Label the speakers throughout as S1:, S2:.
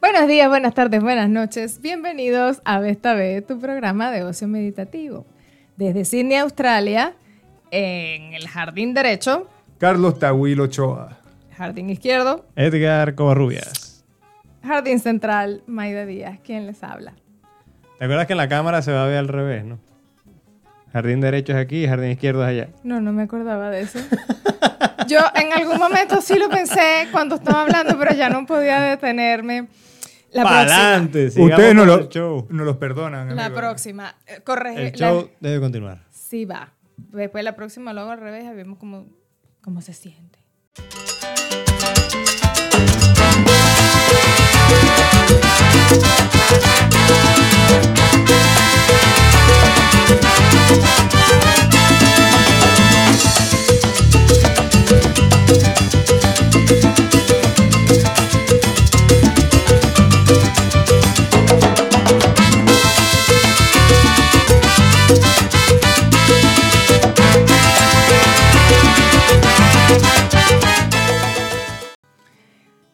S1: Buenos días, buenas tardes, buenas noches. Bienvenidos a Vesta B, tu programa de ocio meditativo. Desde Sydney, Australia, en el jardín derecho,
S2: Carlos Tawil Ochoa.
S1: jardín izquierdo,
S3: Edgar Covarrubias.
S1: jardín central, Maida Díaz, quien les habla.
S3: ¿Te acuerdas que en la cámara se va a ver al revés, no? Jardín derecho es aquí y jardín izquierdo es allá.
S1: No, no me acordaba de eso. Yo en algún momento sí lo pensé cuando estaba hablando, pero ya no podía detenerme. La próxima.
S3: ¡Pa'lante! sigamos
S2: Ustedes no,
S3: con
S2: lo-
S3: el show.
S2: no los perdonan.
S1: La
S2: amigo.
S1: próxima. Eh, Correge.
S3: El
S1: la-
S3: show debe continuar.
S1: Sí va. Después la próxima lo hago al revés y vemos cómo, cómo se siente.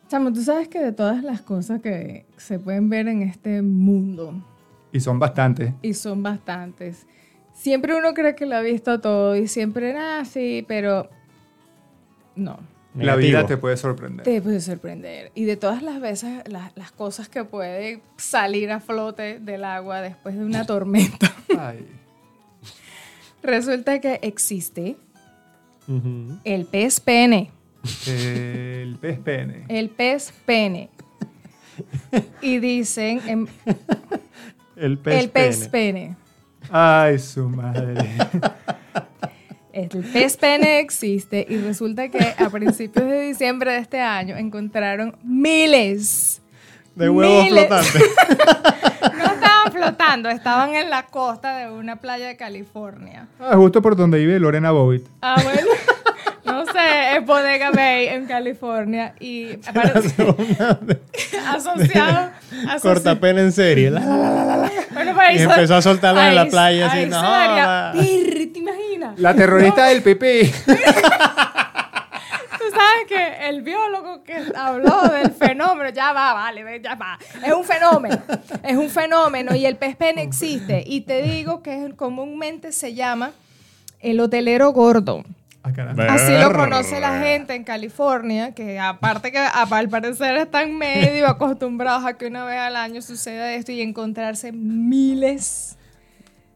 S1: Chamo, tú sabes que de todas las cosas que se pueden ver en este mundo,
S2: Y son bastantes.
S1: y son bastantes, siempre uno cree que lo ha visto todo y siempre nada sí, pero no,
S2: La vida
S3: Negativo.
S2: te puede sorprender.
S1: te puede sorprender. Y de todas las veces, las, las cosas que pueden salir a flote del agua después de una tormenta,
S2: Ay.
S1: resulta que existe
S3: Ujú.
S1: el pez pene.
S2: El pez pene.
S1: El pez pene. Y dicen em,
S3: El pez
S1: el pez
S3: pene.
S1: pene.
S2: Ay, su madre.
S1: El pez pene existe y resulta que a principios de diciembre de este año encontraron miles.
S3: De huevos
S1: Miles.
S3: flotantes.
S1: No estaban flotando, estaban en la costa de una playa de California.
S2: Ah, justo por donde vive Lorena Bobbitt.
S1: Ah, bueno. No sé, es Bodega Bay en California y aparte- asociado, asociado
S3: Corta pena en serie. La, la, la, la.
S1: Bueno, pero ahí
S3: Y
S1: se-
S3: empezó a soltarlo en
S1: ahí-
S3: la playa, así,
S1: ahí
S3: no
S1: se daría-
S3: joda.
S1: Pirr, ¿Te imaginas?
S2: La terrorista del PP.
S1: Tú sabes que el biólogo que habló del fenómeno, ya va, vale, ve, ya va. Es un fenómeno, es un fenómeno y el pez pene existe. Y te digo que es- comúnmente se llama el hotelero gordo.
S2: Ah, caramba.
S3: Ve.
S1: Así lo
S3: Verga.
S1: conoce la gente en California, que aparte que a- al parecer están medio acostumbrados a que una vez al año suceda esto y encontrarse miles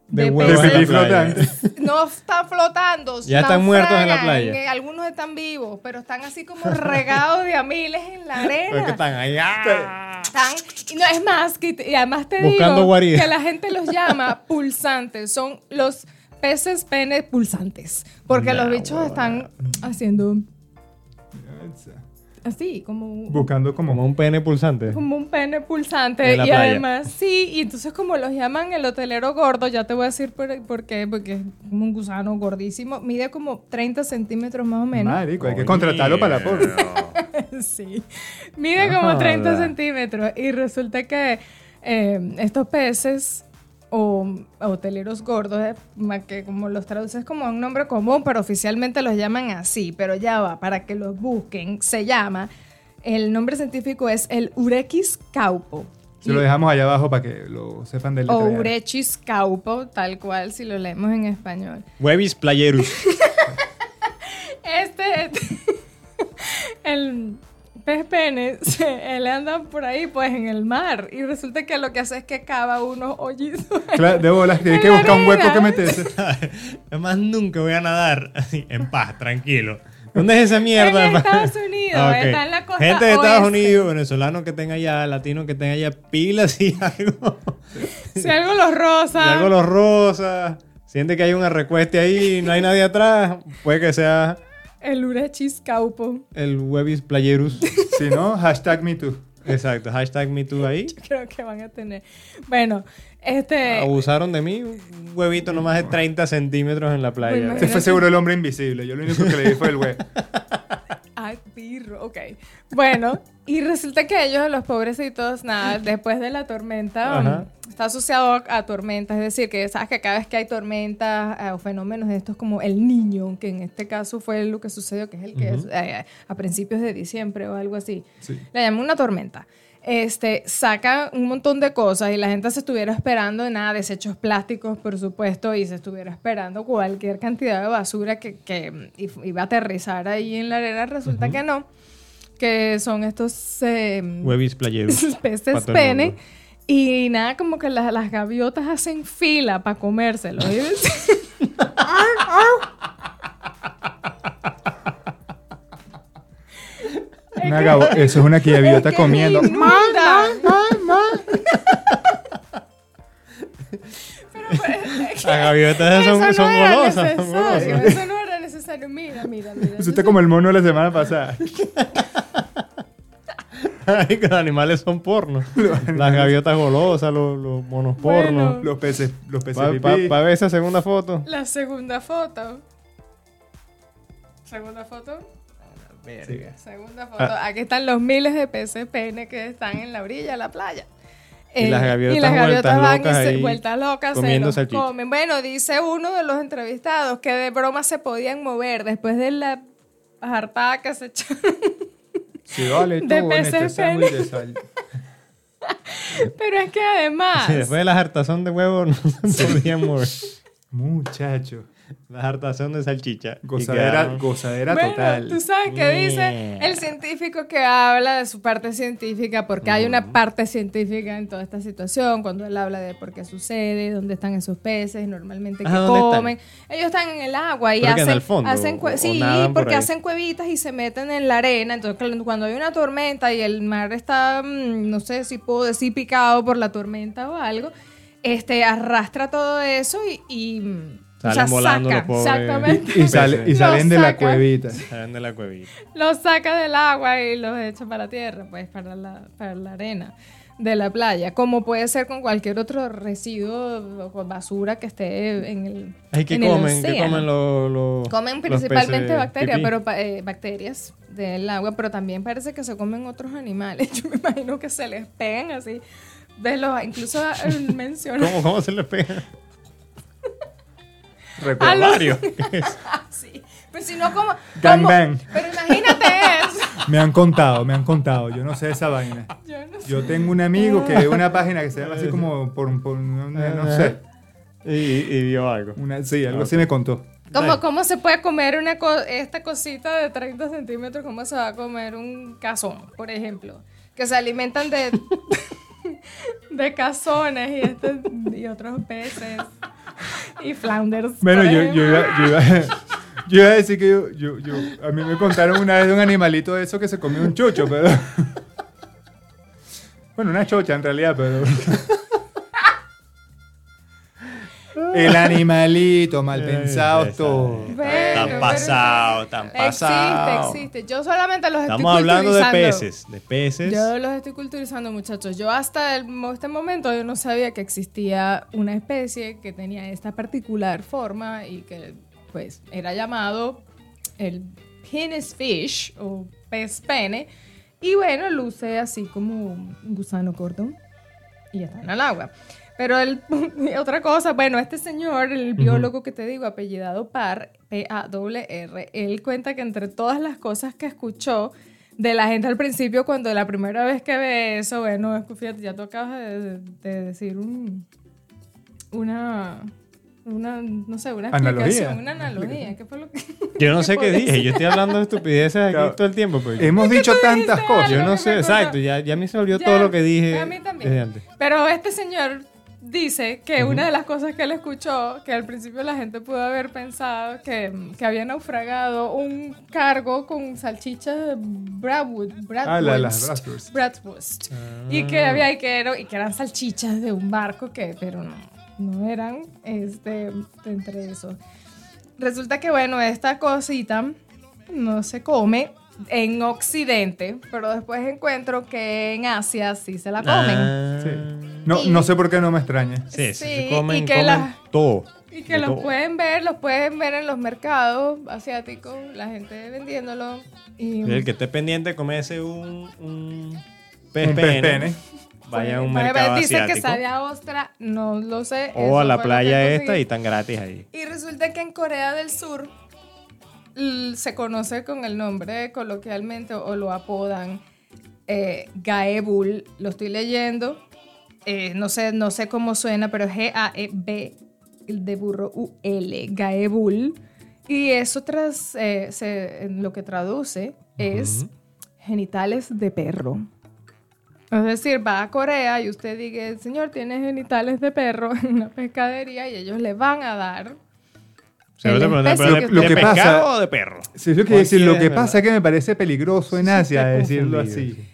S3: De
S1: de
S3: huevos
S2: De
S3: en
S2: pipí
S3: la playa.
S2: flotante.
S1: no están flotando.
S3: Ya están muertos en la playa.
S1: que Algunos están vivos, pero están así como regados de a miles en la
S3: Pero que
S1: arena.
S3: están allá.
S1: Están, y no es más, que, y además te
S3: Buscando
S1: digo
S3: guarida.
S1: que la gente los llama pulsantes. Son los peces pene pulsantes. Porque
S3: Nah,
S1: los bichos
S3: huevona.
S1: están haciendo así, como un-
S2: Buscando
S3: Como
S2: como...
S3: un pene pulsante.
S1: como un pene pulsante y
S3: En la playa.
S1: además sí, y entonces como los llaman el hotelero gordo, ya te voy a decir por, por qué, porque es como un gusano gordísimo, mide como 30 centímetros más o menos.
S2: Marico, hay que contratarlo para la porno.
S1: Sí, mide como
S3: Ajá,
S1: 30
S3: Ah, ¿verdad?
S1: centímetros y resulta que eh, estos peces o hoteleros gordos, eh, ma- que como los traduces como un nombre común, pero oficialmente los llaman así, pero ya va, para que los busquen, se llama, el nombre científico es el Urequis caupo.
S2: Se lo dejamos allá abajo para que lo sepan del
S1: O
S2: letrero.
S1: Urechis caupo, tal cual si lo leemos en español.
S3: Huevis playeros.
S1: Este, este- el pez pene, se, él anda por ahí, pues, en el mar. Y resulta que lo que hace es que cava unos hoyitos.
S2: Claro, de bolas, tienes
S1: En
S2: que
S1: la
S2: buscar un hueco
S1: arena.
S2: que meterse.
S3: Además, nunca voy a nadar así, en paz, tranquilo. ¿Dónde es esa
S1: En
S3: mierda?
S1: Estados Unidos,
S3: Ah, ok.
S1: está en la costa
S3: Gente de Estados
S1: oeste.
S3: Unidos, venezolanos que estén allá, latinos que estén allá, pilas y algo.
S1: Si algo los
S3: Y
S1: rosa.
S3: algo los rosas. Siente que hay una recueste ahí, no hay nadie atrás. Puede que sea
S1: El urechis caupo.
S3: el Webis Playerus.
S2: Si no, hashtag me too.
S3: Exacto, hashtag MeToo ahí.
S1: Creo que van a tener. Bueno, este...
S3: Abusaron de mí, un huevito nomás de 30 centímetros en la playa.
S1: Muy
S2: Ese fue seguro el hombre invisible. Yo lo único que le di fue el hueco.
S1: Ay, pirro, ok. Bueno, y resulta que ellos, los pobrecitos, nada, después de la tormenta, um,
S3: Ajá.
S1: está asociado a tormentas, es decir, que sabes que cada vez que hay tormentas eh, o fenómenos de estos como el niño, que en este caso fue lo que sucedió, que es el que es, eh, a principios de diciembre o algo así,
S2: Sí.
S1: le llamó una tormenta. este, saca un montón de cosas y la gente se estuviera esperando de nada, desechos plásticos, por supuesto, y se estuviera esperando cualquier cantidad de basura que, que if- iba a aterrizar ahí en la arena, resulta que no, que son estos eh,
S3: Huevis playeros.
S1: peces
S3: Pato del
S1: Este pene.
S3: mundo.
S1: Y nada, como que las, las gaviotas hacen fila para comérselos. ¿sí?
S2: Una gabo- eso es una quillaviota
S1: que
S2: comiendo.
S1: es inmunda.
S3: Las gaviotas
S1: Eso
S3: son,
S1: no
S3: son
S1: era
S3: golosas. son
S1: necesario,
S3: golosas.
S1: Eso no era necesario. Mira, mira, mira.
S2: Eso está como el mono de la semana pasada.
S3: Ay, que los animales son porno. Las gaviotas golosas, los, los monos porno.
S2: Los peces, los peces
S3: Pa- pa-
S2: pipí.
S3: pa' ver esa segunda foto.
S1: La segunda foto. Segunda foto. Segunda foto.
S3: Ah.
S1: Aquí están los miles de peces pene que están en la orilla de la playa. Eh,
S3: Y las gaviotas vueltas locas
S1: se,
S3: ahí,
S1: vueltas locas, se
S3: comiendo
S1: los
S3: salchicha.
S1: comen. Bueno, dice uno de los entrevistados que de broma se podían mover después de la jartada que se echaron.
S2: Sí, vale, tú
S1: De
S2: en
S1: peces
S2: este sándwich de sal.
S1: Pero es que además...
S3: Sí, después de la hartazón de huevo no se podían mover.
S2: Muchacho.
S3: La hartazón de salchicha. Y
S2: Gozadera,
S3: quedaron-
S2: gozadera
S1: bueno,
S2: total.
S1: tú sabes que dice
S3: Mierda.
S1: el científico que habla de su parte científica, porque hay una parte científica en toda esta situación, cuando él habla de por qué sucede, dónde están esos peces, normalmente
S3: Ah,
S1: que
S3: ¿dónde están?
S1: comen. Ellos están en el agua y
S3: ¿Pero qué, en
S1: hacen,
S3: el fondo
S1: hacen cue-
S3: o- o
S1: sí,
S3: nadan por
S1: porque
S3: ahí?
S1: hacen cuevitas y se meten en la arena. Entonces, claro, cuando hay una tormenta y el mar está, mm, no sé si puedo decir picado por la tormenta o algo, este arrastra todo eso y, y, mm, o
S3: Salen
S1: sea,
S3: volando
S1: saca,
S3: los pobres.
S1: exactamente.
S2: Y, sale- y
S3: Peces.
S2: salen de la
S1: saca.
S2: cuevita.
S3: Salen de la cuevita.
S1: los saca del agua y los echa para la tierra, pues para la, para la arena de la playa, como puede ser con cualquier otro residuo o con basura que esté en el
S3: Ay, ¿qué
S1: en el
S3: comen? ¿Qué
S1: océano.
S3: comen los, los-
S1: Comen
S3: los
S1: principalmente
S3: peces
S1: bacterias,
S3: pipí?
S1: pero pa- eh, bacterias del agua, pero también parece que se comen otros animales. Yo me imagino que se les pegan así de los incluso eh, mencionan
S3: ¿Cómo, cómo se les pega?
S1: A los-
S3: Acuario.
S1: así. Pero si no como, como
S2: Gangbang.
S1: pero imagínate eso.
S2: Me han contado, me han contado. Yo no sé esa vaina.
S1: Yo no sé.
S2: Yo tengo un amigo que ve una página que se llama así como por, por- no, no sé.
S3: Y, y vio algo.
S2: Una, sí, algo así me contó.
S1: ¿Cómo,
S3: Ay.
S1: ¿Cómo se puede comer una co- esta cosita de 30 centímetros? ¿Cómo se va a comer un cazón, por ejemplo? Que se alimentan de, de cazones y, este- y otros peces. Y flounders.
S2: Bueno,
S1: por
S2: yo,
S1: ejemplo.
S2: yo, iba, yo, iba, yo iba a decir que yo, yo, yo, a mí me contaron una vez de un animalito de eso que se comió un chocho, pero... Bueno, una chocha en realidad, pero... El animalito, mal
S3: Ay,
S2: pensado
S3: esa-
S2: todo.
S1: Bueno, pero-
S3: pasado, tan pasado.
S1: Existe, existe. Yo solamente los estoy
S3: Estamos hablando de
S1: culturizando.
S3: peces. De peces.
S1: Yo los estoy culturizando, muchachos. Yo hasta el mo- este momento yo no sabía que existía una especie que tenía esta particular forma y que pues era llamado el penis fish o pez pene. Y bueno, luce así como un gusano corto y ya está en el agua. Pero el, otra cosa, bueno, este señor, el biólogo que te digo, apellidado Par, P-A-R, él cuenta que entre todas las cosas que escuchó de la gente al principio, cuando la primera vez que ve eso, bueno, es que fíjate, ya tú acabas de, de decir un, una, una, no sé, una
S2: Analogía.
S1: explicación, una analogía. ¿Qué fue lo que...?
S3: Yo no sé
S1: ¿Qué
S3: qué
S1: podés?
S3: dije. Yo estoy hablando de estupideces aquí
S2: Claro.
S3: todo el tiempo. pues. Pero
S2: Hemos dicho tantas cosas.
S3: yo
S1: lo
S3: no
S1: que
S3: sé.
S1: me
S3: Exacto.
S1: acordó.
S3: Ya, ya a mí se me olvidó
S1: Ya,
S3: todo lo que dije.
S1: a mí también.
S3: desde antes.
S1: Pero este señor dice que una de las cosas que él escuchó, que al principio la gente pudo haber pensado que, que había naufragado un cargo con salchichas de Bradwood,
S2: Ah, la- las Ah.
S1: Bradwurst,
S2: Bratwurst.
S1: Bratwurst. Y que había y que, era- y que eran salchichas de un barco que, pero no, no eran este, entre esos. Resulta que, bueno, esta cosita no se come en Occidente, pero después encuentro que en Asia sí se la comen.
S3: Ah,
S2: Sí. No, no sé por qué no me extraña.
S3: Sí, sí, se
S1: Sí,
S3: comen,
S1: y que
S3: comen
S1: la-
S3: todo.
S1: Y
S3: De
S1: que los
S3: todo.
S1: pueden ver, los pueden ver en los mercados asiáticos, la gente vendiéndolo. Y
S3: El que esté pendiente de comerse un, un pez
S2: Un pez pene.
S3: Vaya a un
S1: Pues,
S3: mercado
S1: Dicen
S3: asiático.
S1: que sabe a ostra, no lo sé.
S3: o
S1: eso
S3: a la
S1: fue lo
S3: playa
S1: que
S3: esta y
S1: conseguí.
S3: están gratis ahí.
S1: Y resulta que en Corea del Sur l- se conoce con el nombre coloquialmente o lo apodan eh, Gaebul, lo estoy leyendo, eh, no, sé, no sé cómo suena, pero es G-A-E-B de burro U-L, Gaebul. Y eso tras, eh, se- en lo que traduce es genitales de perro. Es decir, va a Corea y usted diga, señor, tiene genitales de perro en una pescadería y ellos le van a dar.
S3: Se va a
S1: El
S3: preguntar,
S1: especie
S3: ¿pero
S1: que-
S3: de,
S2: Lo
S3: de
S2: que pasa-
S3: pescado o de perro?
S2: Sí, es lo que iba a decir, lo
S3: Cualquiera,
S2: que
S3: es verdad.
S2: pasa es que me parece peligroso en Asia
S3: está
S2: decirlo
S3: confundido,
S2: así.
S3: sí.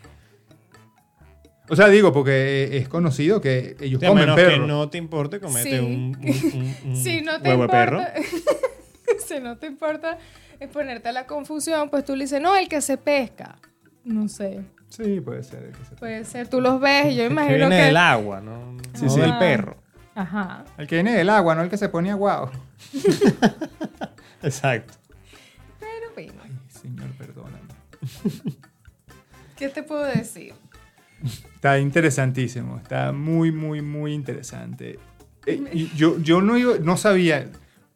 S2: O sea, digo, porque eh, es conocido que
S3: O
S2: ellos
S3: sea, a
S2: comen
S3: menos que
S2: perro.
S3: no te importe, comete
S1: Sí.
S3: un, un-
S2: Mm.
S3: un- un
S1: si no te
S3: huevo de perro.
S1: importa, si no te importa es ponerte a la confusión, pues tú le dices, no, el que se pesca. No sé,
S2: Sí, puede ser. que sea.
S1: puede ser, tú los ves y yo
S3: Que
S1: imagino
S3: viene
S1: que...
S3: del agua, ¿no?
S2: Sí,
S3: no
S2: sí.
S3: del perro.
S1: Ajá.
S2: El que viene del agua, no el que se pone aguado.
S3: Exacto.
S1: Pero bueno,
S2: Ay, señor, perdóname.
S1: ¿qué te puedo decir?
S2: Está interesantísimo, está muy, muy, muy interesante. Eh, y yo yo no, iba- no sabía,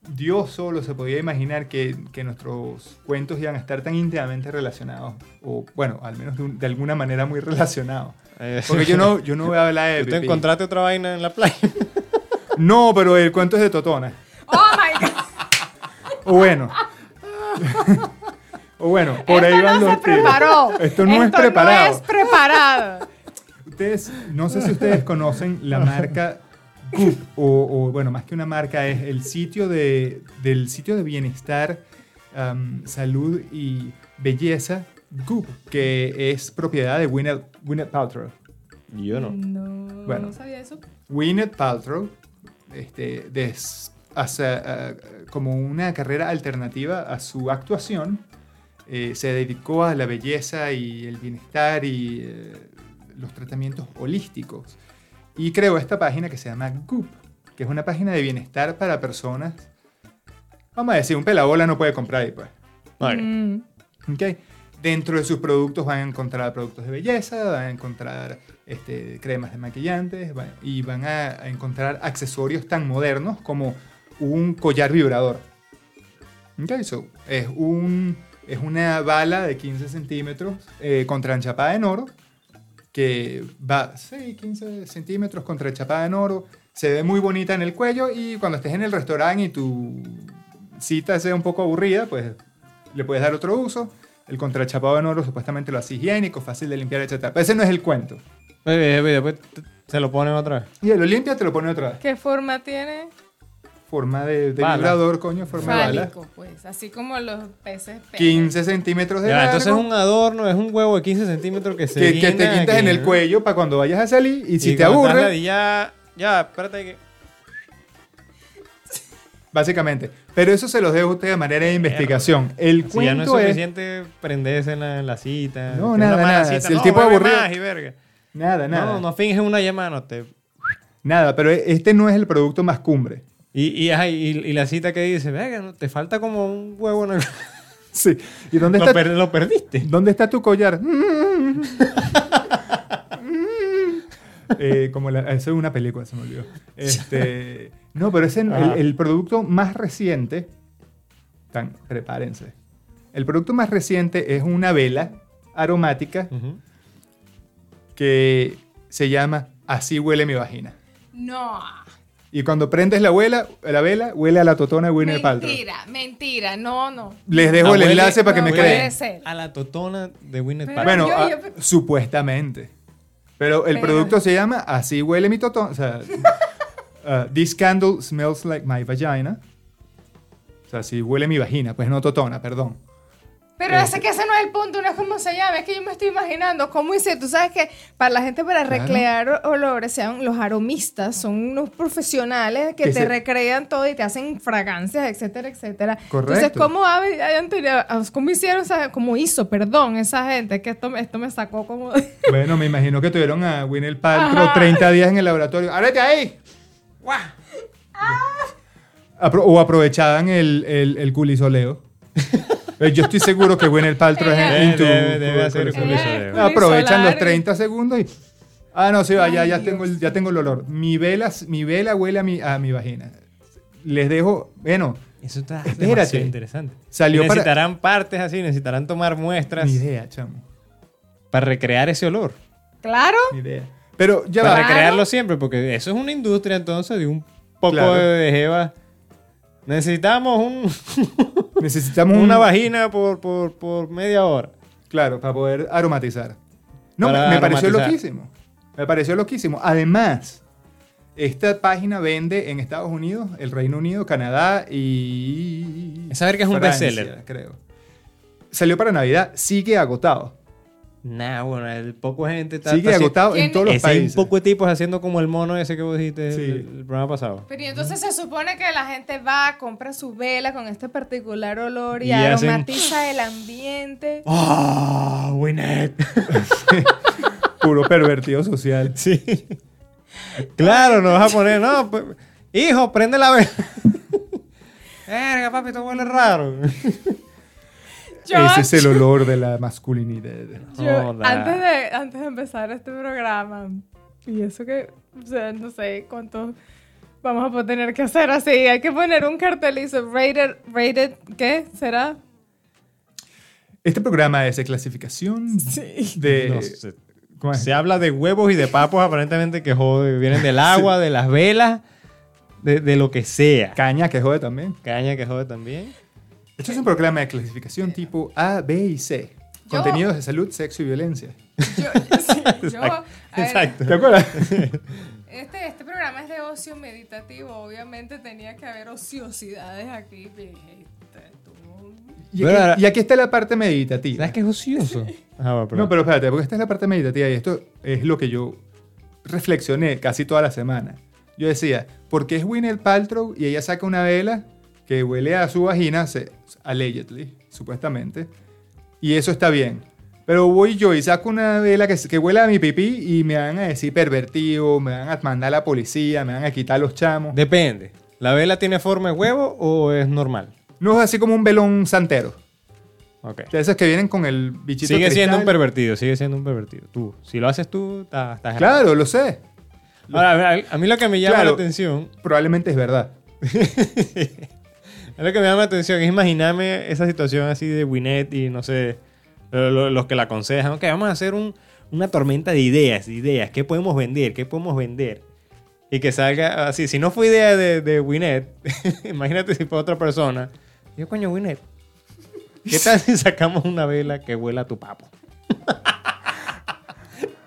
S2: Dios solo se podía imaginar que, que nuestros cuentos iban a estar tan íntimamente relacionados, o bueno, al menos de, un- de alguna manera muy relacionados.
S3: Eh,
S2: Porque yo no, yo no voy a hablar de...
S3: ¿Tú te
S2: pipí.
S3: encontraste otra vaina en la playa?
S2: No, pero el cuento es de Totona.
S1: ¡Oh, my God!
S2: O bueno. o bueno, por
S1: Esto
S2: ahí van
S1: no
S2: los
S1: se
S2: tiros.
S1: preparó.
S2: Esto no es preparado.
S1: No es preparado.
S2: Ustedes, no sé si ustedes conocen la marca Goop, o, o, bueno, más que una marca, es el sitio de, del sitio de bienestar, am, salud y belleza Goop, que es propiedad de Gwyneth, Gwyneth Paltrow.
S3: Yo no.
S1: No,
S2: Bueno.
S1: no sabía eso.
S2: Gwyneth Paltrow este, des- hace, ah, como una carrera alternativa a su actuación, eh, se dedicó a la belleza y el bienestar y eh, los tratamientos holísticos. Y creó esta página que se llama Goop, que es una página de bienestar para personas. Vamos a decir, un pelabola no puede comprar ahí, pues.
S3: Ok.
S1: Mm.
S2: ¿ok? Dentro de sus productos van a encontrar productos de belleza, van a encontrar este, cremas de maquillantes va- y van a, a encontrar accesorios tan modernos como un collar vibrador. ¿Ok? So, es, un, es una bala de 15 centímetros eh, contraenchapada en oro que va, sí, 15 centímetros contraenchapada en oro, se ve muy bonita en el cuello y cuando estés en el restaurante y tu cita sea un poco aburrida, pues le puedes dar otro uso. El contrachapado en oro supuestamente lo hace higiénico, fácil de limpiar, etc. Pero ese no es el cuento.
S3: Oye, oye, después te- pues, se lo ponen otra vez.
S2: Y lo limpia, te lo pone otra vez.
S1: ¿Qué forma tiene?
S2: Forma de, de
S3: Bala.
S2: vibrador, coño, forma de bala.
S1: Fálico, pues. Así como los peces peces.
S2: 15 centímetros de
S3: Ya,
S2: largo.
S3: entonces es un adorno, es un huevo de 15 centímetros que se
S2: que, que te
S3: guinda
S2: quitas
S3: aquí,
S2: en el
S3: ¿no?
S2: cuello para cuando vayas a salir y si
S3: Y
S2: te
S3: cuando estás
S2: aburre,
S3: ladillada, ya, espérate que...
S2: básicamente. Pero eso se los dejo a ustedes de manera de investigación. El
S3: Si ya no es
S2: cuento es,
S3: suficiente prenderse en la, en la cita.
S2: No,
S3: que es una
S2: nada,
S3: mala
S2: nada.
S3: cita,
S2: Si el
S3: no,
S2: tipo es
S3: bebe
S2: aburrido-
S3: más y verga.
S2: nada, nada.
S3: No, no finges una llamada, no te...
S2: Nada, pero este no es el producto más cumbre.
S3: Y, y, ajá, y- y la cita que dice, verga, no, te falta como un huevo en el...
S2: Sí. ¿Y dónde
S3: lo,
S2: está,
S3: per- lo perdiste.
S2: ¿Dónde está tu collar? Mm. Eh, como la- eso es una película, se me olvidó. Este, no, pero es el,
S3: Ajá.
S2: el producto más reciente. Tan, prepárense. El producto más reciente es una vela aromática
S3: Ujú.
S2: que se llama Así huele mi vagina.
S1: No.
S2: Y cuando prendes la, vela, la vela, huele a la totona de Winnie Paltrow.
S1: mentira, mentira. No, no.
S2: Les dejo
S3: No,
S2: el
S3: huele-
S2: enlace para que
S1: no
S2: me
S1: huele-
S2: crean.
S1: Puede ser.
S3: A la totona de Winnet
S1: Pero-
S3: Paltrow.
S2: Bueno,
S1: yo-
S2: ah,
S1: yo-
S2: supuestamente. Pero el
S1: Pero-
S2: producto se llama Así huele mi totón. O sea, uh, This candle smells like my vagina. O sea, así huele mi vagina, pues no totona, perdón.
S1: Pero
S2: Este
S1: ese que ese no es el punto, no es como se llama, es que yo me estoy imaginando cómo hice, tú sabes que para la gente para
S2: Claro.
S1: recrear olores, sean los aromistas, son unos profesionales que
S2: Que
S1: te
S2: se-
S1: recrean todo y te hacen fragancias, etcétera, etcétera. Entonces,
S2: Correcto.
S1: ¿cómo, habe- hayan tenido- ah, cómo hicieron, esa- cómo hizo, perdón, esa gente? Que esto, esto me sacó como...
S2: Bueno, me imagino que tuvieron a Winel Paltrow
S1: Ajá.
S2: 30 días en el laboratorio. ¡Árate ahí! ¡Guau! Apro- o aprovechaban el, el, el culisoleo. Eh, Yo estoy seguro que Winel Paltrow
S3: Debe-
S2: es into
S3: debe- debe
S2: cul-
S3: hacer
S2: culisoleo.
S3: culisoleo.
S1: Culisolar.
S2: Aprovechan los 30 segundos y. Ah, no, sí, va, ya,
S1: Ay,
S2: ya,
S1: Dios.
S2: tengo el, ya tengo el olor. Mi vela, mi vela huele a mi, a mi vagina. Les dejo. Bueno,
S3: Eso está
S2: Espérate.
S3: demasiado interesante.
S2: Salió para-
S3: necesitarán partes así, necesitarán tomar muestras
S2: ni idea, chamo.
S3: para... Para recrear ese olor.
S1: Claro.
S2: Ni idea. Pero ya
S3: para
S2: va. Ah,
S1: Claro.
S3: recrearlo siempre, porque eso es una industria entonces de un poco
S2: Claro.
S3: de, de jeva. Necesitamos un,
S2: Necesitamos
S3: una
S2: una vagina.
S3: vagina por, por, por media hora.
S2: Claro, para poder aromatizar. No,
S3: Para
S2: me pareció
S3: aromatizar.
S2: loquísimo. Me pareció loquísimo. Además, esta página vende en Estados Unidos, el Reino Unido, Canadá y.
S3: Es saber que es un
S2: Francia,
S3: bestseller.
S2: Creo. Salió para Navidad, sigue agotado.
S3: Nah, bueno, el poco gente está.
S2: Sigue
S3: está
S2: agotado
S1: ¿Quién-
S2: en todos los
S3: Ese hay un
S2: países.
S3: poco de tipos haciendo como el mono ese que vos dijiste
S2: Sí.
S3: el, el programa pasado.
S1: Pero y entonces se supone que la gente va, compra su vela con este particular olor y,
S3: Y hacen-
S1: aromatiza el ambiente.
S3: ¡Ah! Winnet!
S2: Puro pervertido social.
S3: Sí. Claro, nos vas a poner, no, pues, hijo, prende la vela. Verga, papi, esto huele raro.
S1: Yo,
S2: Ese es el olor de la masculinidad.
S1: yo-
S3: Joda.
S1: antes, de, antes de empezar este programa, y eso que, o sea, no sé cuánto vamos a tener que hacer así. Hay que poner un cartelizo. Rated, rated, ¿qué? ¿Será?
S2: Este programa es de clasificación
S1: Sí.
S2: de.
S3: No sé.
S2: ¿cómo es?
S3: Se habla de huevos y de papos, aparentemente que jode, vienen del agua, de las velas, de, de lo que sea.
S2: Caña, que jode también.
S3: Caña que jode también.
S2: Esto es un programa de clasificación tipo A, B y C.
S1: Yo-
S2: Contenidos de salud, sexo y violencia.
S1: Yo, sí, yo- a ver,
S3: Exacto.
S2: ¿Te acuerdas?
S1: Este, este programa es de ocio meditativo. Obviamente tenía que haber ociosidades aquí. Este, tú-
S2: Y
S3: Pero ahora-
S2: aquí, y aquí está la parte meditativa.
S3: ¿Sabes que es ocioso? Ah, bueno,
S2: No, pero espérate, porque esta es la parte meditativa y esto es lo que yo reflexioné casi toda la semana. Yo decía, ¿por qué es Winnie Paltrow y ella saca una vela que huele a su vagina, se- allegedly, supuestamente, y eso está bien? Pero voy yo y saco una vela que, que huele a mi pipí y me van a decir pervertido, me van a mandar a la policía, me van a quitar los chamos.
S3: Depende. ¿La vela tiene forma de huevo o es normal?
S2: No es así como un velón santero.
S3: Ok.
S2: De esos que vienen con el bichito
S3: Sigue siendo un
S2: cristal.
S3: pervertido, sigue siendo un pervertido. Tú, si lo haces tú, ta- estás errado.
S2: Claro, lo sé.
S3: Ahora, a ver, a mí lo que me llama
S2: Claro.
S3: la atención,
S2: Probablemente es verdad.
S3: a mí lo que me llama la atención es imaginarme esa situación así de Winnet y no sé, lo- lo- los que la aconsejan. Ok, vamos a hacer un- una tormenta de ideas, de ideas. ¿Qué podemos vender? ¿Qué podemos vender? Y que salga así. Si no fue idea de, de Winnet, imagínate si fue otra persona. Yo, coño, Winnet, ¿qué tal si sacamos una vela que huela a tu papo?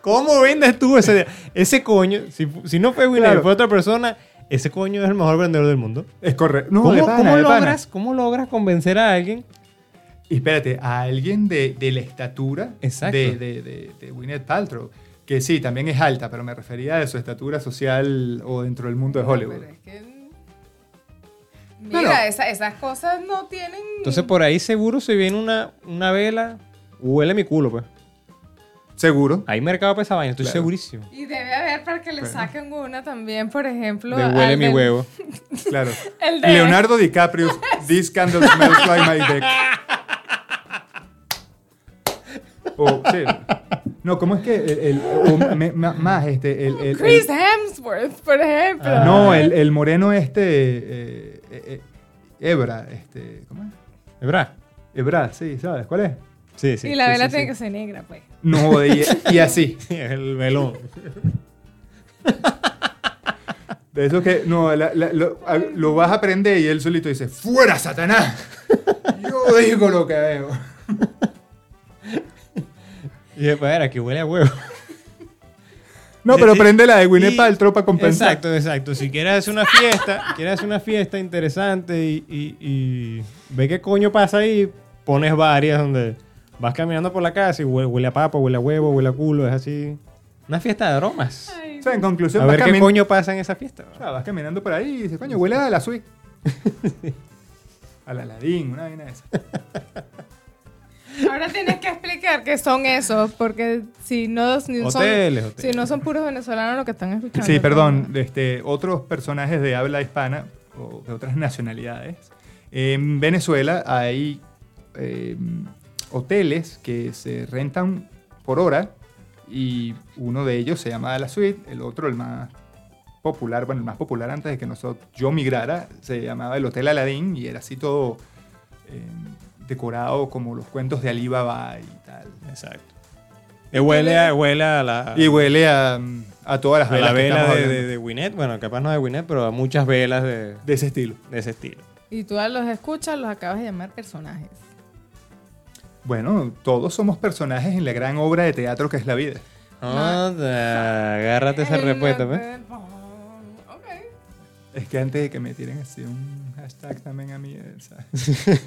S3: ¿Cómo vendes tú ese día? Ese coño, si, fu- si no fue Winnet,
S2: Claro.
S3: fue otra persona, ese coño es el mejor vendedor del mundo.
S2: Es correcto. No,
S3: ¿Cómo,
S2: de pana,
S3: cómo
S2: de pana.
S3: logras, cómo logras convencer a alguien?
S2: Y espérate, a alguien de, de la estatura
S3: Exacto.
S2: de, de, de, de Gwyneth Paltrow, que sí, también es alta, pero me refería a su estatura social o dentro del mundo de Hollywood.
S1: Pero es que-
S2: No,
S1: Mira,
S2: no.
S1: esa- esas cosas no tienen.
S3: Entonces por ahí seguro se viene una, una vela, huele mi culo, pues.
S2: Seguro.
S3: Hay mercado para esa vaina, estoy
S2: Claro.
S3: segurísimo.
S1: Y debe haber para que le
S2: Bueno.
S1: saquen una también, por ejemplo.
S3: De
S1: al
S3: huele mi
S1: del-
S3: huevo.
S2: Claro.
S1: El de-
S2: Leonardo DiCaprio, This Candle Smells Like My Dick. O, sí. No, ¿cómo es que? El, el- o me- ma- más, este. El, el- el-
S1: Chris Hemsworth, por ejemplo.
S3: Ah.
S2: no, el, el moreno este. eh, eh, Ebra, este. ¿Cómo es?
S3: ¿Es verdad?
S2: Ebra, sí, ¿sabes cuál es?
S3: Sí,
S1: y
S3: sí.
S1: la
S2: sí,
S1: vela
S2: sí,
S1: tiene
S2: sí.
S1: que ser negra, pues.
S2: No, y, y así.
S3: El melón.
S2: De eso que, no, la- la- lo, a- lo vas a prender y él solito dice, ¡Fuera, Satanás! Yo digo lo que veo.
S3: Y después, era que huele a huevo.
S2: No, pero prende la de Winnie
S3: Y-
S2: Paltrow para compensar.
S3: Exacto, exacto. Si quieres hacer una fiesta, quieres hacer una fiesta interesante y, y- y ve qué coño pasa ahí, pones varias donde vas caminando por la casa y huele, huele a papo, huele a huevo, huele a culo, es así. Una fiesta de aromas.
S1: Ay,
S2: O sea, en conclusión,
S3: A
S2: vas,
S3: ver qué
S2: camin-
S3: coño pasa en esa fiesta.
S2: o sea, vas caminando por ahí y dices, coño, huele a la suite. Al Aladín, una vaina de esas.
S1: Ahora tienes que explicar qué son esos, porque si no, si no son,
S3: Hoteles, hoteles.
S1: si no son puros venezolanos los que están escuchando.
S2: Sí,
S1: ¿no?
S2: perdón, este, otros personajes de habla hispana o de otras nacionalidades. En Venezuela hay eh, hoteles que se rentan por hora y uno de ellos se llama La Suite, el otro, el más popular, bueno, el más popular antes de que nosotros, yo migrara, se llamaba el Hotel Aladdin y era así todo em, eh, decorado como los cuentos de Alibaba y tal.
S3: Exacto. Eh, huele a, huele a la,
S2: Y huele a, a todas las
S3: a
S2: velas
S3: la
S2: que
S3: vela
S2: estamos
S3: de, de,
S2: hablando.
S3: de Winnet. Bueno, capaz no de Winnet, pero a muchas velas de,
S2: de ese estilo.
S3: de ese estilo.
S1: Y tú a los escuchas, los acabas de llamar personajes.
S2: Bueno, todos somos personajes en la gran obra de teatro que es la vida.
S3: Anda, agárrate esa
S1: Eh,
S3: respuesta, pues. ¿ves?
S1: Ok.
S2: Es que antes de que me tiren así un hashtag también a mí, eh, ¿sabes?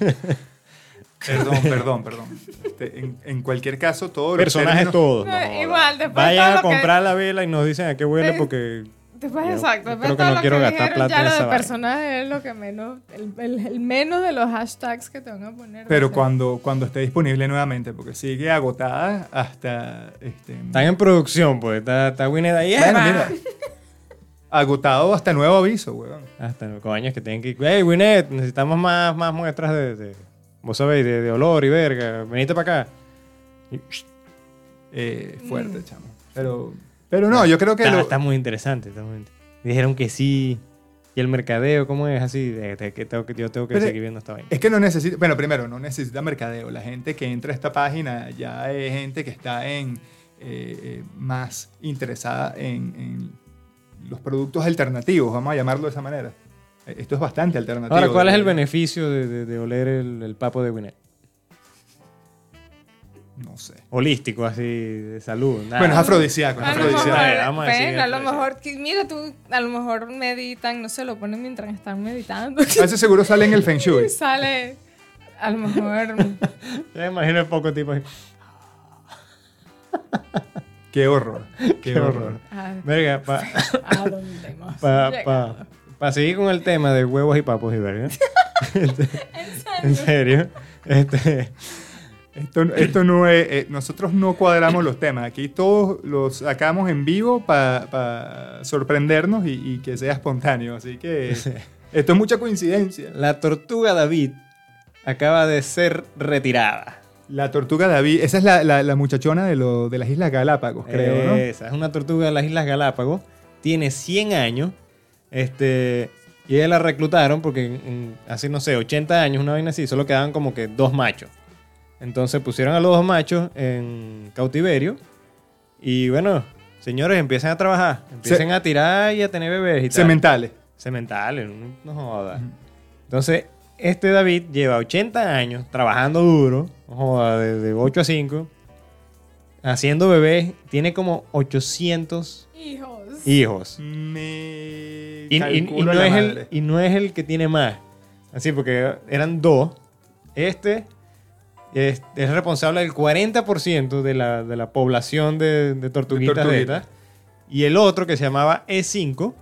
S2: perdón, perdón, perdón. Este, en, en cualquier caso, todos los
S3: Personajes
S2: términos-
S3: todos.
S1: Eh,
S3: no
S1: igual,
S3: jodas.
S1: después
S3: Vayan
S1: todo
S3: a
S1: lo que-
S3: comprar la vela y nos dicen a qué huele
S2: Eh.
S1: Sí.
S3: porque
S1: Después,
S3: Yo
S1: exacto.
S3: creo
S1: Después
S3: que
S1: todo
S3: no
S1: lo
S3: quiero gastar
S1: dijeron,
S3: plata en
S1: ya lo
S3: esa
S1: de
S3: vaina.
S1: personajes es lo que menos, el, el- el menos de los hashtags que te van a poner.
S2: Pero
S1: cuando
S2: cuando, cuando esté disponible nuevamente, porque sigue agotada hasta... Este,
S3: están en producción, pues. Está, está Winnet ahí. Ah.
S2: Bueno,
S3: ¡epa!
S2: mira. Agotado hasta nuevo aviso, weón.
S3: Hasta los coños que tienen que ir. Hey, Winnet, necesitamos más, más muestras de, de- Vos sabéis, de, de olor y verga. Venite para acá. Y-
S2: Eh, fuerte, chamo. Pero, pero no, yo creo que...
S3: está,
S2: lo-
S3: está muy interesante. está muy inter- Dijeron que sí. Y el mercadeo, ¿cómo es así? De- de que tengo que- yo tengo que
S2: Pero-
S3: seguir viendo esta vaina.
S2: Es que no necesita, bueno, primero, no necesita mercadeo. La gente que entra a esta página ya es gente que está en eh, eh, más interesada en, en los productos alternativos, vamos a llamarlo de esa manera. Eh, Esto es bastante alternativo.
S3: Ahora, ¿cuál es el
S2: Eh,
S3: beneficio de, de- de oler el, el papo de Winnet?
S2: No sé.
S3: Holístico, así, de salud. nada.
S2: Bueno, es afrodisíaco, es
S1: A lo
S2: afrodisíaco.
S1: mejor,
S3: Afrodisíaco. Vamos a decir
S1: ven, a lo
S3: afrodisíaco.
S1: mejor, que- mira tú, a lo mejor meditan, no sé, lo ponen mientras están meditando.
S2: A veces seguro sale en el Feng Shui.
S1: Y sale, a lo mejor,
S3: Ya me imagino el poco tipo. ahí.
S2: Qué horror. Qué,
S3: Qué horror.
S2: horror.
S1: a,
S3: Verga, para
S1: a dónde hemos
S3: pa,
S1: llegado?
S3: pa, pa seguir con el tema de huevos y papos y verga. en serio. Este,
S2: Esto, esto no es. eh, nosotros no cuadramos los temas. Aquí todos los sacamos en vivo para sorprendernos y, y que sea espontáneo. Así que esto es mucha coincidencia.
S3: la tortuga David acaba de ser retirada.
S2: La tortuga David, esa es la, la- la muchachona de, lo- de las Islas Galápagos, creo, ¿no?
S3: Esa, es una tortuga de las Islas Galápagos. Tiene 100 años. Este, y ella la reclutaron porque en- en- hace, no sé, 80 años, una vaina así, solo quedaban como que dos machos. Entonces pusieron a los dos machos en cautiverio. Y bueno, señores, empiecen a trabajar. Empiecen a tirar y a tener bebés y tal.
S2: Sementales.
S3: Sementales, no, no jodas. Entonces, este David lleva 80 años trabajando duro, no joda, de, de 8 a 5, haciendo bebés, tiene como 800
S1: Hijos.
S3: hijos.
S2: Me.
S3: Y, y- y
S2: calculo
S3: no
S2: la
S3: es el,
S2: madre.
S3: y no es el que tiene más. Así, porque eran dos. Este es, es responsable del 40% de la, de la población de, de tortuguitas.
S2: De tortuguitas.
S3: de estas. y el otro, que se llamaba E5,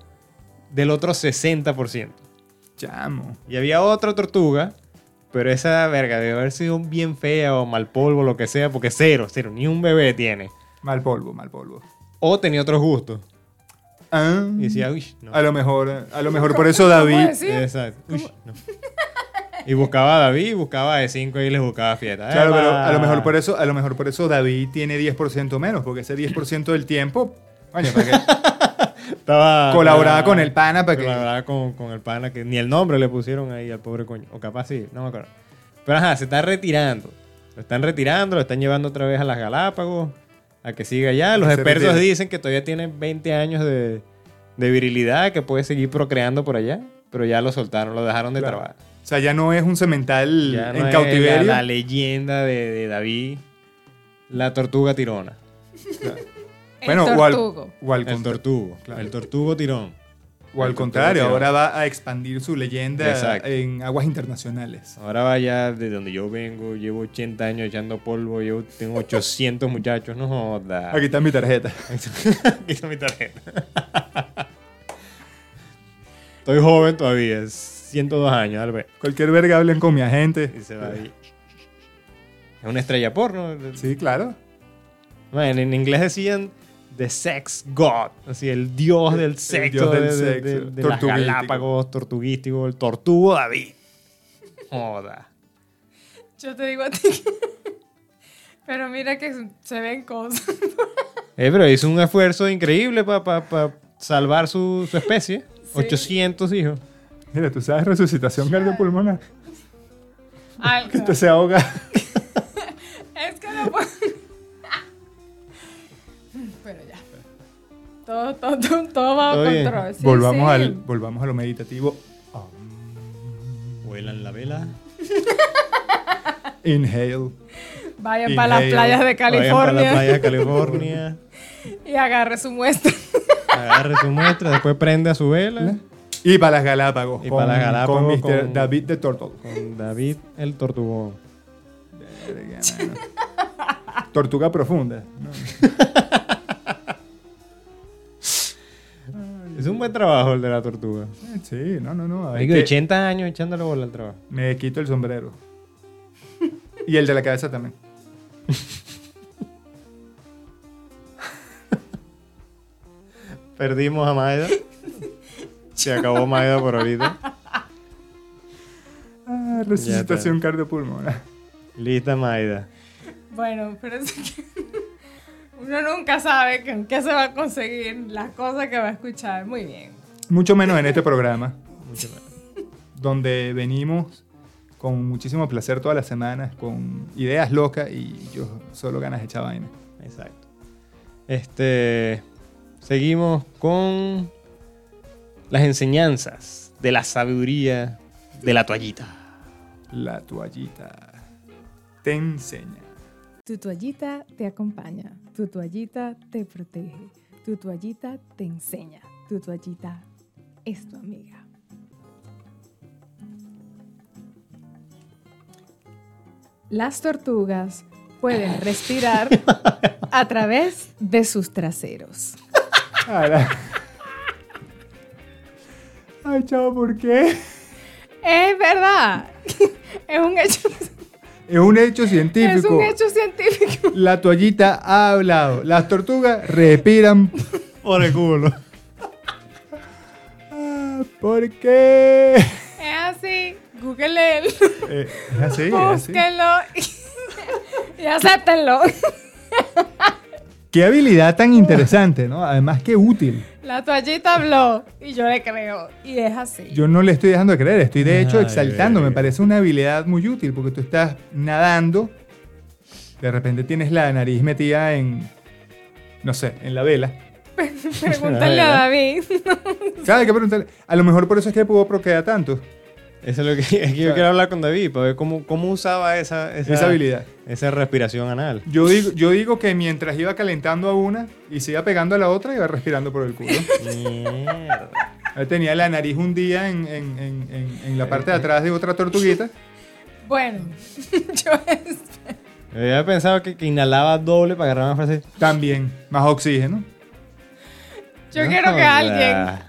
S3: del otro 60%.
S2: Chamo.
S3: Y había otra tortuga, pero esa verga debe haber sido bien fea o mal polvo, lo que sea, porque cero, cero, ni un bebé tiene.
S2: Mal polvo, mal polvo.
S3: O tenía otros gustos.
S2: Ah,
S3: Y decía, uy, no.
S2: A lo mejor, a lo mejor por eso
S1: ¿Cómo
S2: David.
S1: decir?
S3: Exacto. Uy, no. Y buscaba a David, y buscaba a E5 y les buscaba fiesta.
S2: Claro,
S3: ¡Epa!
S2: pero a lo mejor por eso, a lo mejor por eso David tiene 10% menos, porque ese 10% del tiempo, coño, para que
S3: Estaba,
S2: colaboraba
S3: estaba-
S2: con el pana para que
S3: Colaboraba con, con el pana, que ni el nombre le pusieron ahí al pobre coño. O capaz sí, no me acuerdo. Pero ajá, se está retirando. Lo están retirando, lo están llevando otra vez a las Galápagos, a que siga allá. Los
S2: Se
S3: expertos
S2: retire.
S3: dicen que todavía tienen 20 años de, de virilidad, que puede seguir procreando por allá. Pero ya lo soltaron, lo dejaron de
S2: Claro.
S3: trabajar.
S2: O sea, ya no es un cemental
S3: Ya no
S2: en
S3: es
S2: cautiverio.
S3: La, la leyenda de, de David, la tortuga tirona.
S2: Bueno,
S1: el
S2: o al,
S1: tortugo.
S2: o al
S3: El
S2: contra-
S3: tortugo,
S2: claro.
S3: el tortugo tirón.
S2: o al
S3: el
S2: contrario,
S3: tortugo.
S2: ahora va a expandir su leyenda
S3: Exacto.
S2: en aguas internacionales.
S3: Ahora vaya de donde yo vengo, llevo 80 años echando polvo, yo tengo 800 muchachos, no jodas.
S2: Aquí está mi tarjeta.
S3: Aquí está mi tarjeta. Estoy joven todavía, 102 años, Albert.
S2: Cualquier verga hablen con mi agente.
S3: Y se va ahí. Es una estrella porno.
S2: Sí, claro.
S3: Man, en inglés decían The Sex God, así el dios del sexo,
S2: dios del
S3: de, de-
S2: sexo.
S3: de- de las
S2: Tortuguístico.
S3: Galápagos, tortuguístico, el tortugo David. Joda.
S1: Yo te digo a ti. Pero mira que se ven cosas.
S3: Eh, pero hizo un esfuerzo increíble para salvar su, su especie.
S1: Sí.
S3: 800 hijos.
S2: Mira, tú sabes resucitación cardiopulmonar.
S1: Algo.
S2: Esto se ahoga.
S1: Es que no puedo. Bueno, ya. Todo, todo, todo, todo bajo
S3: Todo bien.
S1: control. Sí,
S2: volvamos,
S1: sí.
S2: Al, volvamos a lo meditativo. Ah,
S3: Vuelan la vela.
S2: Inhale.
S1: Vayan para las
S2: Inhale.
S1: playas de
S3: Vayan para la
S1: California
S3: playa de California.
S1: y agarre su muestra.
S3: agarre su muestra, después prende a su
S1: ¿Eh?
S3: vela.
S2: Y para las Galápagos.
S3: Y para las Galápagos,
S2: Con Mr.
S3: con-
S2: David the Turtle.
S3: Con David el tortugón.
S2: Verga, mano. Tortuga profunda. ¿no?
S3: Es un buen trabajo el de la tortuga.
S2: eh, Sí, no, no, no. hay
S3: Marico,
S2: que-
S3: 80 años echándole bola al trabajo.
S2: Me quito el sombrero. Y el de la cabeza también.
S3: Perdimos a Maeda. Se acabó Maeda por ahorita.
S2: Ah, resucitación cardiopulmonar.
S3: Lista Maeda.
S1: Bueno, pero es que uno nunca sabe con qué se va a conseguir, las cosas que va a escuchar. Muy bien.
S2: Mucho menos en este programa,
S3: Mucho más.
S2: donde venimos con muchísimo placer todas las semanas, con ideas locas y yo solo ganas de echar vaina.
S3: Exacto. Este. Seguimos con las enseñanzas de la sabiduría de la toallita.
S2: La toallita te enseña.
S1: Tu toallita te acompaña, tu toallita te protege, tu toallita te enseña, tu toallita es tu amiga. Las tortugas pueden respirar a través de sus traseros.
S2: A Ah, la- Ay, chavo, ¿por qué?
S1: Es verdad. Es un hecho,
S2: Es un hecho científico.
S1: es un hecho científico.
S2: La toallita ha hablado. Las tortugas respiran
S3: Por el culo.
S2: Ah, ¿Por qué?
S1: Es así. Google
S2: Eh, es así, es así.
S1: búsquenlo y, y acéptenlo.
S2: Qué habilidad tan interesante, ¿no? Además, qué útil.
S1: La toallita habló y yo le creo. Y es así.
S2: Yo no le estoy dejando de creer, estoy de hecho
S3: Ay,
S2: exaltando. Me
S3: verga.
S2: parece una habilidad muy útil porque tú estás nadando, de repente tienes la nariz metida en, no sé, en la vela.
S1: Pregúntale a David.
S2: ¿Sabes qué preguntarle? A lo mejor por eso es que pudo procrear tanto,
S3: Eso es lo que, es que yo quiero hablar con David para ver cómo, cómo usaba esa, esa,
S2: esa habilidad.
S3: esa respiración anal.
S2: Yo digo, yo digo que mientras iba calentando a una y se iba pegando a la otra, iba respirando por el culo.
S3: Mierda.
S2: Ahí Tenía la nariz hundida en, en- en- en- en la parte de atrás de otra tortuguita.
S1: Bueno, yo es-
S3: Yo había pensado que, que inhalaba doble para agarrar una frase.
S2: También, más oxígeno. Ah,
S1: yo quiero que alguien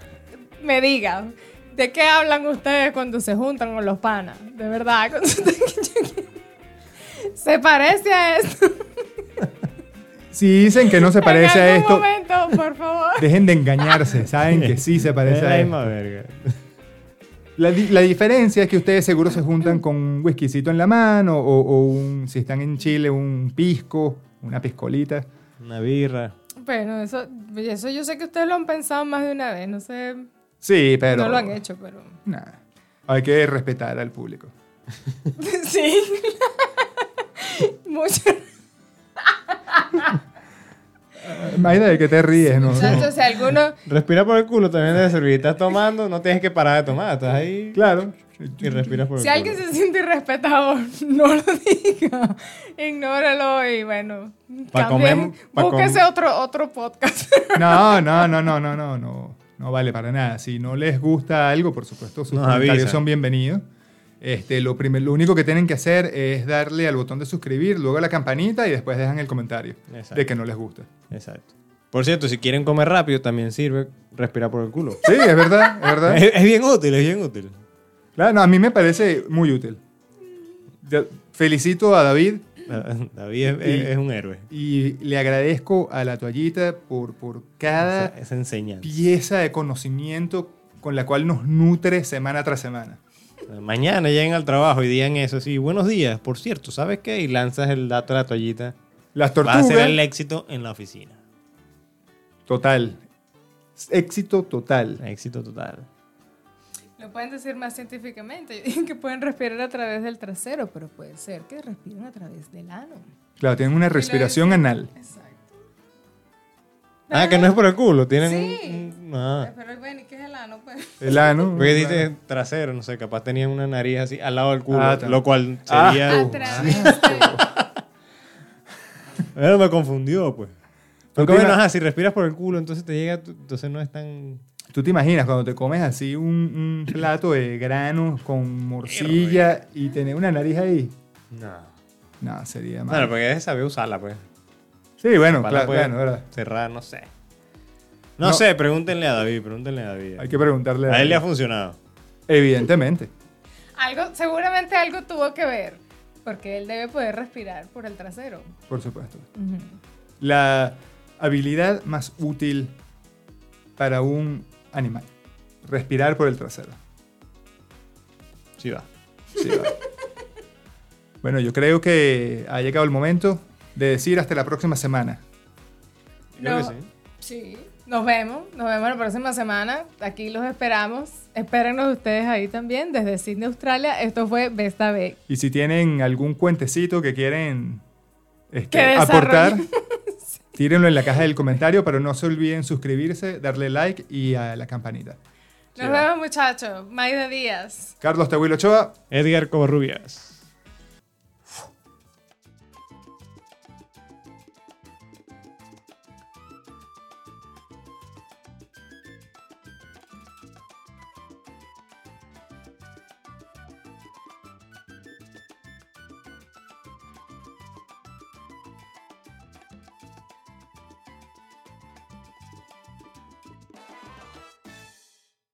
S1: me diga de qué hablan ustedes cuando se juntan con los panas. De verdad. cuando se- Se parece a esto.
S2: Si dicen que no se parece
S1: en
S2: a
S1: algún
S2: esto,
S1: momento, por favor.
S2: dejen de engañarse. Saben que sí se parece a esto. La, di- la diferencia es que ustedes seguro se juntan con un whiskycito en la mano o, o un, si están en Chile, un pisco, una piscolita.
S3: Una birra.
S1: Bueno, eso, eso yo sé que ustedes lo han pensado más de una vez, no sé,
S2: Sí, pero...
S1: no lo han hecho, pero
S2: Nah, hay que respetar al público.
S1: sí. Mucho.
S2: Maida, ¿de qué te ríes? No,
S1: Muchachos, si alguno,
S3: Respira por el culo también debe servir. Estás tomando, no tienes que parar de tomar. Estás ahí
S2: Claro.
S3: y respiras por el
S1: si alguien
S3: culo.
S1: se siente irrespetado, no lo diga, ignóralo y bueno,
S3: Pa'
S1: cambien,
S3: comer- pa'
S1: búsquese
S3: comer.
S1: otro, otro podcast.
S2: No, no, no, no, no, no, no. No vale para nada. Si no les gusta algo, por supuesto, sus
S3: Nos
S2: comentarios
S3: avisan.
S2: son bienvenidos. Este, lo, primer- lo único que tienen que hacer es darle al botón de suscribir, luego a la campanita y después dejan el comentario
S3: Exacto.
S2: de que no les gusta.
S3: Exacto. Por cierto, si quieren comer rápido, también sirve respirar por el culo.
S2: Sí, es verdad, es verdad.
S3: Es, es bien útil, es bien útil.
S2: Claro, no, a mí me parece muy útil. Yo felicito a David
S3: David es, es- es un héroe.
S2: y le agradezco a la toallita por, por
S3: Esa,
S2: cada
S3: esa enseñanza.
S2: pieza de conocimiento con la cual nos nutre semana tras semana.
S3: Mañana lleguen al trabajo y digan eso así. Buenos días, por cierto, ¿sabes qué? Y lanzas el dato a la toallita.
S2: Las
S3: Va
S2: tortugas.
S3: a ser el éxito en la oficina.
S2: Total. Éxito total.
S3: Éxito total.
S1: Lo pueden decir más científicamente, dicen que pueden respirar a través del trasero, pero puede ser que respiren a través del ano.
S2: Claro, tienen una respiración anal.
S1: Exacto.
S3: Ah, que no es por el culo, tienen
S1: Sí.
S3: un- un- ah.
S1: Pero ven, ¿y qué es el ano? Pues?
S2: El ano.
S3: Porque dice trasero, no sé, capaz tenían una nariz así al lado del culo,
S2: Ah, está.
S3: lo cual
S2: Ah.
S3: sería...
S1: A través
S3: Eh, me confundió, pues. Porque
S2: Última-
S3: bueno, ajá, si respiras por el culo, entonces te llega, tu- entonces no es tan...
S2: ¿Tú te imaginas cuando te comes así un, un plato de granos con morcilla y tener una nariz ahí?
S3: No.
S2: No, sería
S3: Bueno,
S2: malo.
S3: porque es saber usarla, pues.
S2: Sí, bueno,
S3: Para
S2: claro,
S3: poder
S2: bueno, verdad.
S3: Cerrar, no sé. No,
S2: No.
S3: sé, pregúntenle a David, pregúntenle a David.
S2: Hay que preguntarle
S3: A él le ha
S2: a
S3: funcionado.
S2: Evidentemente.
S1: algo, seguramente algo tuvo que ver, porque él debe poder respirar por el trasero.
S2: Por supuesto.
S1: Ujú.
S2: La habilidad más útil para un animal. Respirar por el trasero.
S3: Sí va.
S2: Sí, va. bueno, yo creo que ha llegado el momento de decir hasta la próxima semana.
S3: Creo
S1: No.
S3: que sí.
S1: Sí. Nos vemos, nos vemos la próxima semana. Aquí los esperamos. Espérennos ustedes ahí también, desde Sydney, Australia. Esto fue Besta B.
S2: Y si tienen algún cuentecito que quieren este,
S1: Que
S2: aportar, tírenlo en la caja del comentario, pero no se olviden suscribirse, darle like y a la campanita.
S1: Nos
S3: Sí, va.
S1: vemos, muchachos. Maida Díaz.
S2: Carlos Tahuil Ochoa,
S3: Edgar Covarrubias.